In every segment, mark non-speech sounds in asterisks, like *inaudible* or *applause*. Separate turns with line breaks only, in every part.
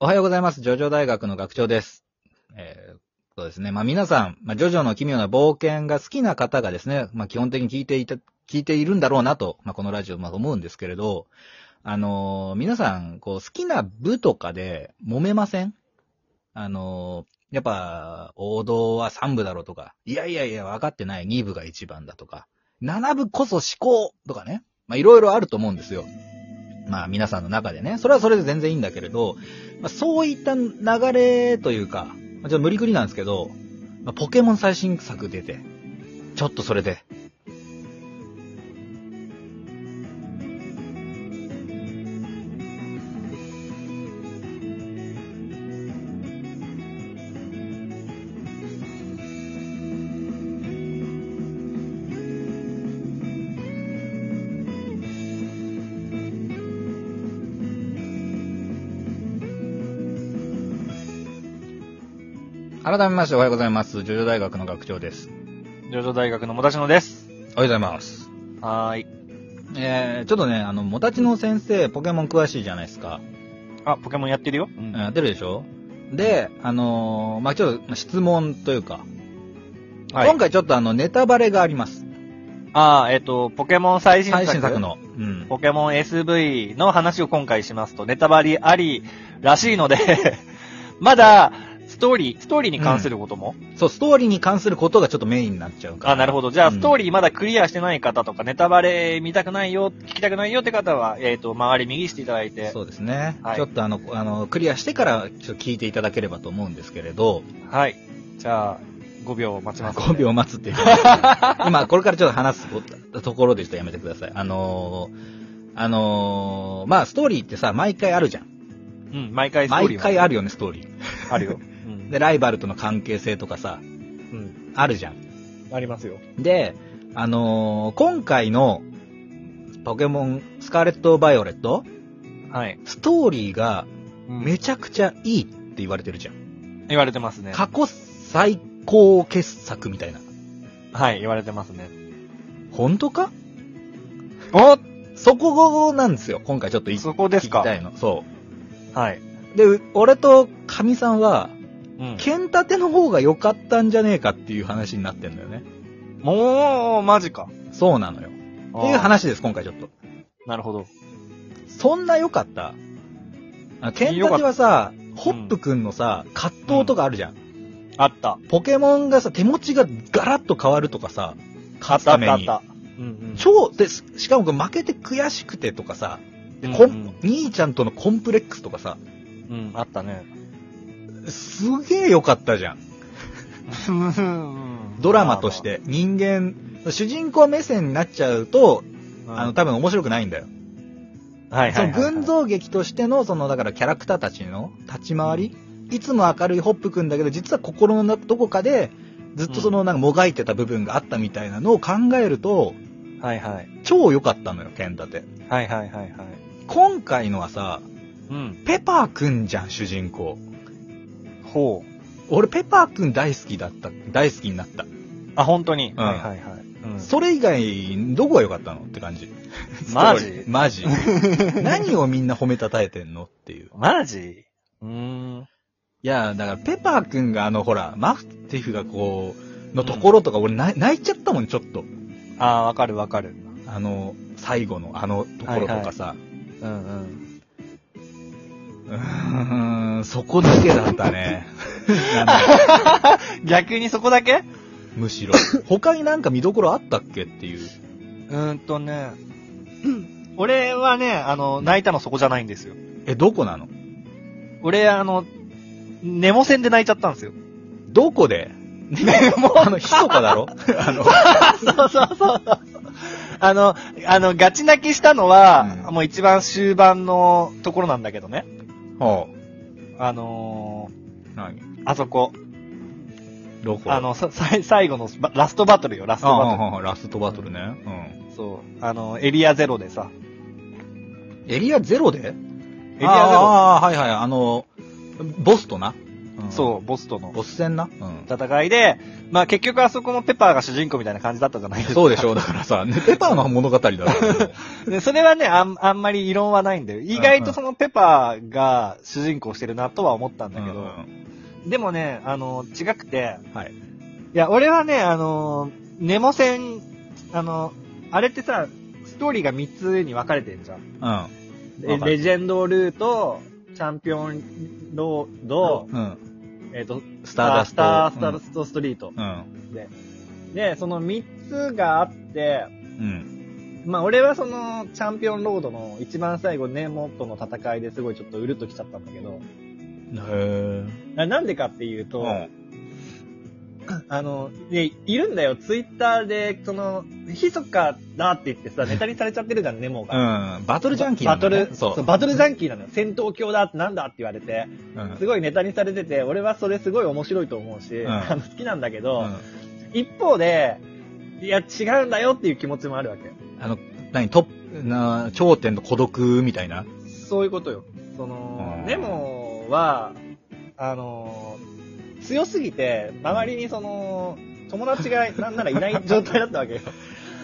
おはようございます。ジョジョ大学の学長です。えーそうですね。まあ皆さん、まあ、ジョジョの奇妙な冒険が好きな方がですね、まあ基本的に聞いていた、聞いているんだろうなと、まあこのラジオ、まあ思うんですけれど、あのー皆さん、こう、好きな部とかで揉めませんあのーやっぱ、王道は3部だろうとか、いやいやいや、分かってない2部が一番だとか、7部こそ思考とかね、まあいろいろあると思うんですよ。まあ皆さんの中でね、それはそれで全然いいんだけれど、まあ、そういった流れというか、まあ、ちょっと無理くりなんですけど、まあ、ポケモン最新作出て、ちょっとそれで。改めましておはようございます。ジョジョ大学の学長です。おはよ
ジョジョ大学のもたしのです。
うございます。
はーい。
えー、ちょっとね、あの、もたちの先生、ポケモン詳しいじゃないですか。
あ、ポケモンやってるよ。う
うんん、やってるでしょで、あのーまあ、ちょっとまあ質問というか、
はい
今。回ちょっとあの、ネタバレがあります。
あーえっ、と、ポケモン最新作。
最新作。の。うん。
ポケモン SV の話を今回しますと、ネタバレありらしいので、 *laughs* まだ、ストーリー、ストーリーに関することも。
そう、ストーリーに関することがちょっとメインになっちゃうから。
あ、なるほど。じゃあ、
うん
ストーリーまだクリアしてない方とか、ネタバレ見たくないよ、聞きたくないよって方は、えっ、と、周り右していただいて。
そうですね。
はい
ちょっとあの、あの、クリアしてからちょっと聞いていただければと思うんですけれど、
はい。じゃあ、5秒待ちます、
5。秒待つっていうか今、これからちょっと話すことところでちょっとやめてください。あのーあのーまあ、ストーリーってさ、毎回あるじゃん。
うん、毎回ストーリ
毎
ーは
回あるよね、ストーリー。
あるよ。うん
で、ライバルとの関係性とかさ、
うん。
あるじゃん。
ありますよ。
で、あのー今回の、ポケモン、スカーレット・バイオレット、
はい。
ストーリーが
うん
めちゃくちゃいいって言われてるじゃん。
言われてますね。
過去最高傑作みたいな。
はい、言われてますね。
本当か
お
そこなんですよ。今回ちょっとい
そこです
聞
か
きたいの。そ
はい。
う。で、う俺と神さんは、
うん。
剣立ての方が良かったんじゃねえかっていう話になってんだよね。
もう、マジか。
そうなのよ。っていう話です、今回ちょっと。
なるほど。
そんな良かったあ剣立てはさ、ホップくんのさ、葛藤とかあるじゃん。
あった。
ポケモンがさ、手持ちがガラッと変わるとかさ、
あ
勝
っ
つ
たあ
た
っ
め
たあっ
に。
た。うん
超、で、ししかもこれ負けて悔しくてとかさ、
う
で
ん。
コ
うん
ン兄ちゃんとのコンプレックスとかさ、
うん、うんあった *laughs* ね。
すげえ良かったじゃん。ドラマとし。て、人間、主人公目線になっちゃうと、あの、
た、
多分面白くないんだよ。
はい
そ
はいはい
の群像劇としての、その、だからキャラクターたちの立ち回り、いつも明るいホップくんだけど、実は心のどこかで、ずっとその、なんかもがいてた部分があったみたいなのを考えると、
はいはい。
超良かったのよ、剣立て。
はいはいはいはい。
今回のはさ、
うん。
ペパーくんじゃん、主人公。
ほう。
俺、ペパーくん大好きだった、大好きになった。
あ、本当に。
ん
はいはいはい。うん
それ以外、どこが良かったのって感じ。
マジ
ストーリーマジ。 *laughs* 何をみんな褒めたたえてんのっていう。
マジうーん。
いや、だから、ペパーくんがあの、ほら、マフティフがこう、のところとか、俺な、泣いちゃったもん、ちょっと。
あー、わかるわかる。
あの、最後のあのところとかさ。
うんうん。
うーん、そこだけだったね。なんか
逆にそこだけ
むしろ。他になんか見どころあったっけっていう。
うーんとね。俺はね、あの、泣いたのそこじゃないんですよ。
え、どこなの
俺、あの、ネモ戦で泣いちゃったんですよ。
どこでね、もう、あの、ひそかだ *laughs* ろあの、
そうそうそう。あの、あの、ガチ泣きしたのは、
うん
もう一番終盤のところなんだけどね。
ほ
あの
う。何
ー、あそこ。
どこ
あの、さ、さい最後のバラストバトルよ、ラスト
ああ
バ
ああラストバトルね。
トル。そう。あの、エリアゼロでさ。
うん。エリアゼロでエ
エリアゼロ。
ああ、はいはい。あの、ボスとな。うん。うん
そう、ボスとの
ボス戦な。うん。
戦いで、まあ結局あそこもペパーが主人公みたいな感じだったじゃないですか。
*laughs* そうでしょう。だからさ、ね、ペパーの物語だろ。
*laughs* でそれはねあん、あんまり異論はないんだよ。意外とそのペパーが主人公してるなとは思ったんだけど、
うん
でもね、あの、違くて、
はい。
いや、俺はね、あの、ネモ戦、あの、あれってさ、ストーリーが3つに分かれてんじゃん。
う
レ
わかる
レジェンドルート、チャンピオンロード、
ん。うん。
えっ、と、
ス
ス
ターダスト。
スター、スター
う
ダ
ん
ストストリート。
うん。
で、その3つがあって、
うん。
まあ俺はそのチャンピオンロードの一番最後ネモとの戦いですごいちょっとうるっときちゃったんだけど、
へえ。
ななんでかっていうと、
うん。
あの、ね、いるんだよ、ツイッターで、その、ひそかだって言ってさ、ネタにされちゃってるじゃん、ネモが。
うん。バト
バ
ルジャンキーな
バ
ん
ト
だね
ル、
そ
そうう、。バトルジャンキーなのよ。戦闘狂だってなんだって言われて、
うん
すごいネタにされてて、俺はそれすごい面白いと思うし、
ん
あの好きなんだけど、
うん
一方で、いや、違うんだよっていう気持ちもあるわけ。
あの、何、トップ、な、頂点の孤独みたいな。
そういうことよ。その
う、ん
ネモは、あのー、強すぎて、周りにその、友達がなんならいない状態だったわけよ。
*laughs*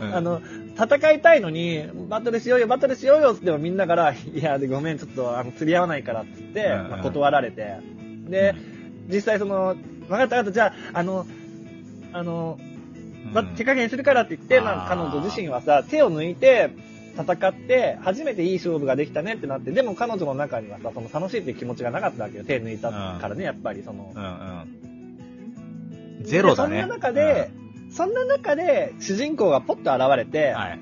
うん
あ、の、戦いたいのに、バトルしようよ、バトルしようよって言ってもみんなから、いや、でごめん、ちょっと、あの、釣り合わないからって言って、
うんうん
まあ断られて。で、実際その、分かった分かった、じゃあ、あの、あの、
うん、
ま、手加減するからって言って、
うん
まあ、
あ
彼
ー
女自身はさ、手を抜いて、戦って、初めていい勝負ができたねってなって、でも彼女の中にはさ、その楽しいっていう気持ちがなかったわけよ。手抜いたからね、やっぱり、その。
うんうん。ゼロだね。
でそんな中で、そんな中で、主人公がポッと現れ
う
て、
ん、はい。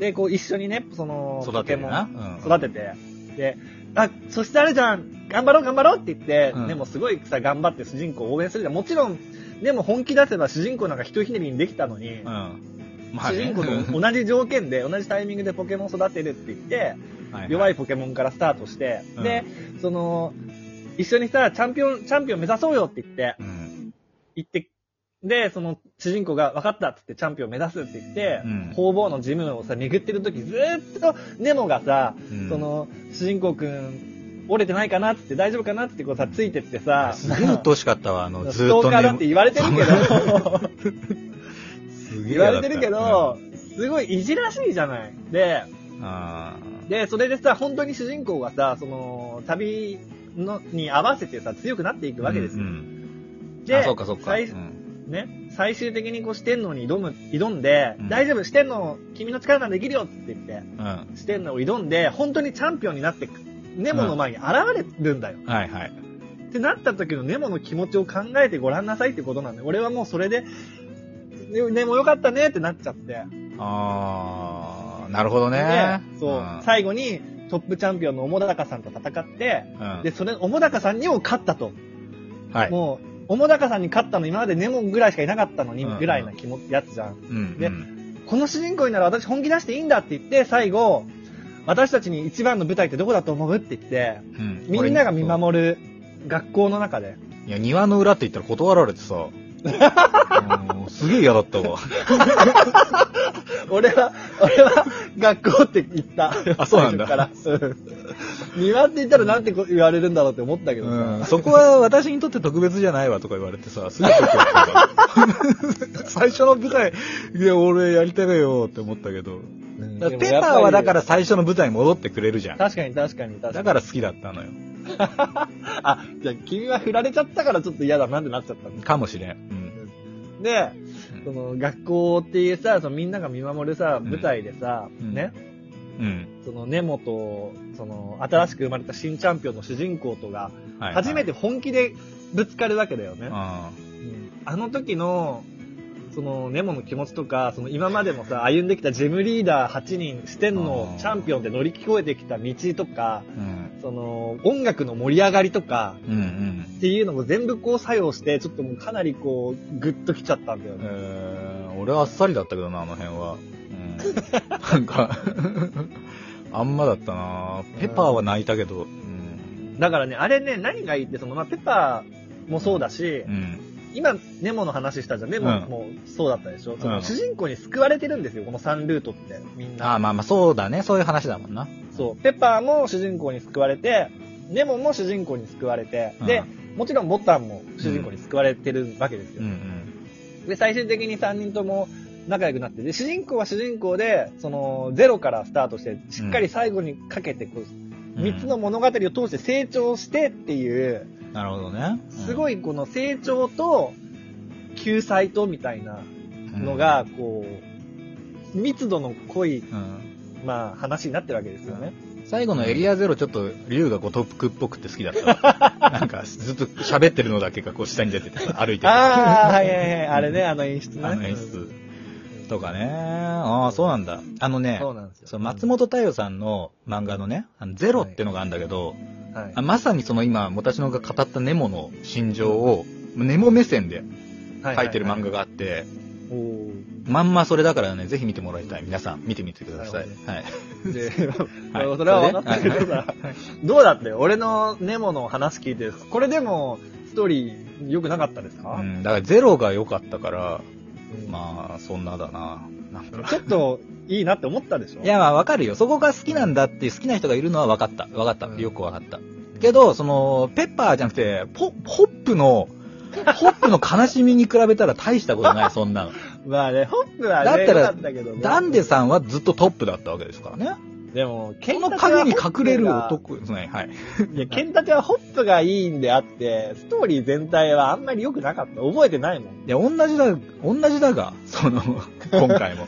で、こう一緒にね、その、
育てるな。
ポケモン
育
育てて、で、あ、そしてあるじゃん、頑張ろう頑張ろうって言って、
うん
でもすごいさ、頑張って主人公を応援するじゃん。もちろん、でも本気出せば主人公なんかひとひねりにできたのに、
うん。まあ
主
ね、
人公と同じ条件で、同じタイミングでポケモン育てるって言って、弱
い。
いポケモンからスタートして、
うん
で、その、一緒にさ、チャンピオン、チャンピオン目指そうよって言って、
うん。
行って、で、その主人公が分かったってってチャンピオン目指すって言って、
うん
方々のジムをさ、巡ってる時ずーっとネモがさ、
うん
その、主人公くん、折れてないかなっつって大丈夫かなっつってこうさ、ついてってさ、
すげえ鬱陶しかったわ、あの、ずー
スト
っ
ー
と
カーだって
ね。
言われてる
*laughs*
けど、
すげえ
*laughs* 言
嫌
わ
だ
れ
ってた
るけど、、すごいいじらしいじゃない。で、
うんあ
で、それでさ、本当に主人公がさ、その、旅の、に合わせてさ、強くなってい
ー
くわけですよ。
うんうん
で、
あ、そうかそうか。
最
うん
ね、最終的にこう四天王に挑む、挑んで、
うん
大丈夫、四天王、君の力ならできるよって言って、
うん。
四天王を挑んで、本当にチャンピオンになって、ネモの前に現れるんだよ。
はいはい。
ってなった時のネモの気持ちを考えてごらんなさいってことなんで、俺はもうそれで、ねネモよかったねってなっちゃって。
あー、なるほどね。
でそう、最後にトップチャンピオンの桃高さんと戦って、
うん。うん
で、それ、桃高さんにも勝ったと。
はい。
もう、桃高さんに勝ったの今までネモぐらいしかいなかったのに、
うん
ぐらいな気持ち、やつじゃ
う
ん。
ん
で
うん
この主人公になら私本気出していいんだって言って、最後、私たちに一番の舞台ってどこだと思うって言って、
うん
みんなが見
る。
守る学校の中で。
いや、庭の裏って言ったら断られ
*laughs*
てさ。うんすげえ嫌だったわ。
俺は、俺は学校って言った。
あそうなんだ
最初から。うん庭って言ったらなんてこ言われるんだろうって思ったけど
うん、
さ。
そこは私にとって特別じゃないわとか言われてさ、すぐショックだ
*laughs*
ったから最初の舞台、いや、俺やりたいよって思ったけど。
うん
だからペーパーはだか。
でもやっ
ら最初の舞台に戻ってくれるじゃん。
ぱり確かに確かに確かに。
だから好きだったのよ。
あ、じゃあ君は振られちゃったからちょっと嫌だなんてなっちゃったんだ。
かもしれん。
で、
う
そ
ん。
の学校っていうさ、そのみんなが見守るさ、
ん
舞台でさ、
うん
ね、
うん。
その根本、その新しく生まれた新チャンピオンの主人公とが、
はい
初めて。本気でぶつかるわけだよね。
あ
あの時の、その、ネモの気持ちとか、その今までもさ、歩んできたジェムリーダー8人、四天王
あ、ー
チャンピオンで乗り越えてきた道とか、
ーうん。
その、音楽の盛り上がりとか、
うんうん。
っていうのも全部こう作用して、ちょっともうかなりこう、グッときちゃったんだよ
え
ね。
ー、俺はあっさりだったけどな、あの辺は。
*laughs*
うん。なんか、あんまだったなペパーは泣いたけど。うん。
だからね、あれね、何がいいって、その、まあ、ペッパーもそうだし
う、ん。
今、ネモの話したじゃん。ネモもそうだったでしょ、その
うん
主人公に救われてるんですよ、この3ルートって、みんな。
ああ、まあまあ、そうだね。そういう話だもんな。
そう。ペッパーも主人公に救われて、ネモも主人公に救われて、
うん
で、もちろんボタンも主人公に救われてるわけです
う
よ。
ん
で、最終的に3人とも仲良くなって、で、主人公は主人公で、その、ゼロからスタートして、しっかり最後にかけて、こう、
うん。
3つの物語を通して成長してっていう、
うん。なるほどね。
すご
い
いこの成長と救済とみたいなのが、、こう、密度の濃い、
うんうん
まあ、話になってるわけですよね。
最後のエリアゼロちょっと、竜がごとくっぽくって好きだ
*laughs*
った。なんか、ずっと喋ってるのだけがこう下に出ててさ、歩いてて
あ
*laughs*
あ、はいはいはい、あれね、あの演出ね。
あの演出とかね。ああ、そうなんだ。あの
うん。
ね、
そうなんですよ。
そう松本太陽さんの漫画のね、あのゼロってのがあるんだけど、
はい
あまさにその今、私のが語ったネモの心情を、ネモ目線で書いてる漫画。があって、
おー
まんまそれだからね、ぜひ見てもらいたい。皆さん、見てみてください。はい。
で、
*laughs* はい
それは分かったけどさ、どうだったよ俺のネモの話聞いて、これでもストーリー良くなかったです
う
か、
ん、だからゼロが良かったから、
うん
まあ、そんなだな。なんか
ちょっといいなって思ったでしょ
い、や、まあ、わかるよ。そこが好きなんだって、好きな人がいるのは分かった。分かった。
うん
よく分かった。け、ど、その、ペッパーじゃなくて、ポホップの、ホップの悲しみに比べたら大したこと
*laughs*
ない、そんなの。
まあね、ホップはね、
だったら
良かったけどね
ダンデさんはずっとトップだったわけですからね。
で
こ
も、剣
の
立は
影に隠れる
ホッ
男ですね。はい。
プが。いや、剣立てはホップがいいんであって、ストーリー全体はあんまり良くなかった。覚えてないもん。
いや、同じだ、同じだが、そ
*laughs*
の、今回も。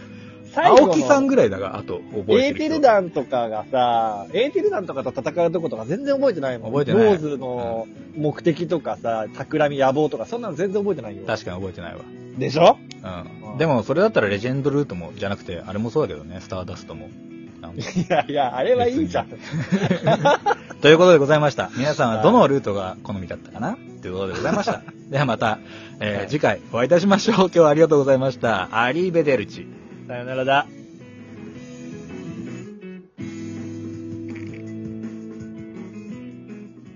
最後の
青木さんぐらいだが、あと、覚
エ
えて
ー
る人。
テルダンとかがさ、エーテルダンとかと戦うとことか全然覚えてないもん。
覚えてない
ローズの目的とかさ、企み野望とか、そんなの全然覚えてないよ。
確かに覚えてないわ。
でしょ *laughs*
う。
うんん
でも、それだったらレジェンドルートも、じゃなくて、あれもそうだけどね、スターダストも。なんか *laughs*
いやいや、あれはいいじゃん。
ということでございました。皆さんはどのルートが好みだったかなということでございま
*laughs*
した。ではまた、えー次回お会いいたしましょう。今日はありがとうございました。アリーベデルチ。
さよならだ。